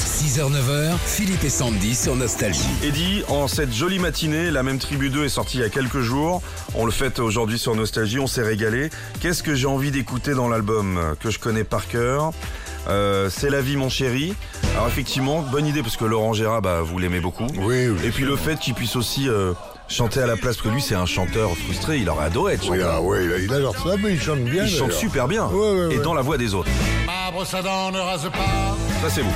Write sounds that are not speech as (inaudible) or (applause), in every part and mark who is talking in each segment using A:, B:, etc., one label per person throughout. A: 6h-9h, Philippe et Sandy sur Nostalgie.
B: Eddy, en cette jolie matinée, la même tribu 2 est sortie il y a quelques jours. On le fête aujourd'hui sur Nostalgie, on s'est régalé. Qu'est-ce que j'ai envie d'écouter dans l'album euh, que je connais par cœur Euh, C'est la vie, mon chéri. Alors effectivement, bonne idée parce que Laurent Gérard, bah, vous l'aimez beaucoup.
C: Oui, oui.
B: Et puis le fait qu'il puisse aussi euh, chanter à la place, parce que lui c'est un chanteur frustré, il aurait adoré être
C: Oui,
B: chanteur.
C: ah, ouais, il, a, il a leur ça, mais il chante bien.
B: Il chante
C: d'ailleurs.
B: super bien
C: Ouais, ouais,
B: et
C: ouais.
B: dans la voix des autres.
D: Ma brosse à dents ne rase pas,
B: Ça c'est vous.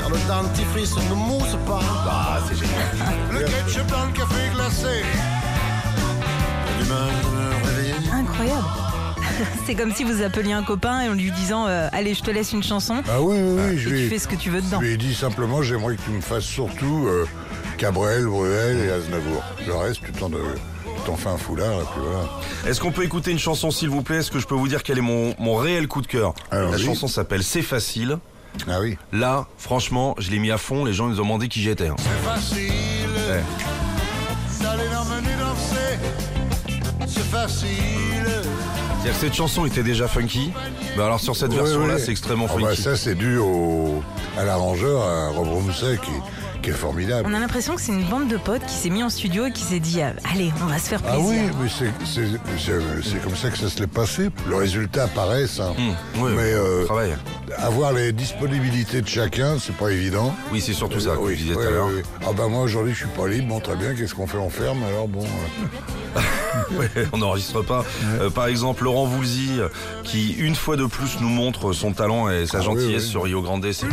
D: car le dentifrice ne mousse pas.
B: Ah, c'est génial.
D: Le ketchup dans le café glacé. J'ai du mal de me réveiller.
E: Incroyable. (laughs) C'est comme si vous appeliez un copain et en lui disant euh, Allez, je te laisse une chanson
C: Ah oui, oui, oui,
E: et
C: je
E: tu
C: lui,
E: fais ce que tu veux
C: je
E: dedans.
C: lui ai dit simplement, j'aimerais que tu me fasses surtout euh, Cabrel, Bruel et Aznavour. Le reste, tu t'en, euh, tu t'en fais un foulard, et puis voilà.
B: Est-ce qu'on peut écouter une chanson s'il vous plaît Est-ce que je peux vous dire quel est mon, mon réel coup de cœur
C: Alors,
B: La
C: oui.
B: chanson s'appelle C'est facile.
C: Ah oui.
B: Là, franchement, je l'ai mis à fond, les gens ils ont demandé qui j'étais. hein.
D: C'est facile
B: Ouais.
D: d'aller dans le menu danser. C'est facile.
B: C'est-à-dire que cette chanson était déjà funky, mais alors sur cette version-là,
C: Ouais, ouais.
B: c'est extrêmement
C: Ah
B: funky.
C: bah, ça, c'est dû au, à l'arrangeur, à Rob Rousset, qui, qui est formidable.
E: On a l'impression que c'est une bande de potes qui s'est mis en studio et qui s'est dit euh, Allez, on va se faire
C: Ah
E: plaisir.
C: oui, mais c'est, c'est, c'est- c'est comme ça que ça se l'est passé. Le résultat apparaît, ça.
B: Mmh, ouais,
C: mais euh,
B: travail.
C: avoir les disponibilités de chacun, c'est pas évident.
B: Oui, c'est surtout ça,
C: Euh,
B: comme
C: oui,
B: je disais
C: oui,
B: tout à l'heure.
C: oui, oui. Ah bah moi aujourd'hui je suis pas libre, bon très bien, qu'est-ce qu'on fait On ferme alors bon. euh.
B: Ouais, (laughs) on n'enregistre pas. Euh, par exemple, Laurent Voulzy, euh, qui une fois de plus nous montre son talent et sa
C: Ah,
B: gentillesse
C: oui, oui.
B: sur Rio Grande. C'est-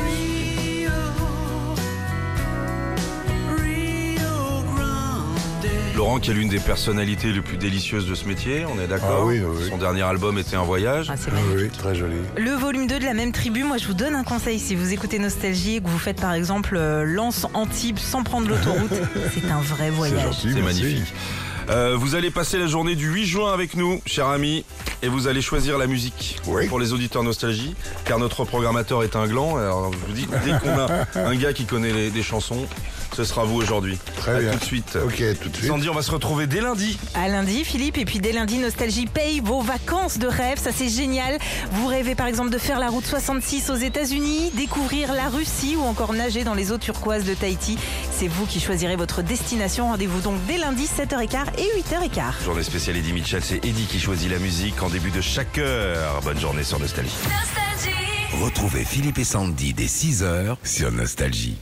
B: Laurent, qui est l'une des personnalités les plus délicieuses de ce métier, on est d'accord
C: Ah oui, oui, oui.
B: Son dernier album était un voyage.
E: Ah, c'est
C: Ah
E: magnifique.
C: oui, très joli.
E: Le volume 2 de la même tribu, moi je vous donne un conseil. Si vous écoutez Nostalgie et que vous faites par exemple euh, Lens Antibes sans prendre
C: (laughs)
E: l'autoroute, c'est un vrai
C: C'est
E: voyage.
C: gentil,
B: C'est
C: merci.
B: magnifique. Euh, vous allez passer la journée du 8 juin avec nous, chers amis, et vous allez choisir la musique
C: Oui.
B: pour les auditeurs nostalgie, car notre programmateur est un gland. Alors, je vous dis, dès qu'on
C: (laughs)
B: a un gars qui connaît les, des chansons, ce sera vous aujourd'hui.
C: Très
B: À
C: bien.
B: tout de suite.
C: Ok, tout de suite.
B: Sandy, on va se retrouver dès lundi.
E: À lundi, Philippe, et puis dès lundi, Nostalgie paye vos vacances de rêve. Ça, c'est génial. Vous rêvez par exemple de faire la route 66 aux États-Unis, découvrir la Russie ou encore nager dans les eaux turquoises de Tahiti. C'est vous qui choisirez votre destination. Rendez-vous donc dès lundi, 7h15 et 8h15.
B: Journée spéciale Eddie Mitchell, c'est Eddie qui choisit la musique en début de chaque heure. Bonne journée sur Nostalgie.
F: Nostalgie.
A: Retrouvez Philippe et Sandy dès 6h sur Nostalgie.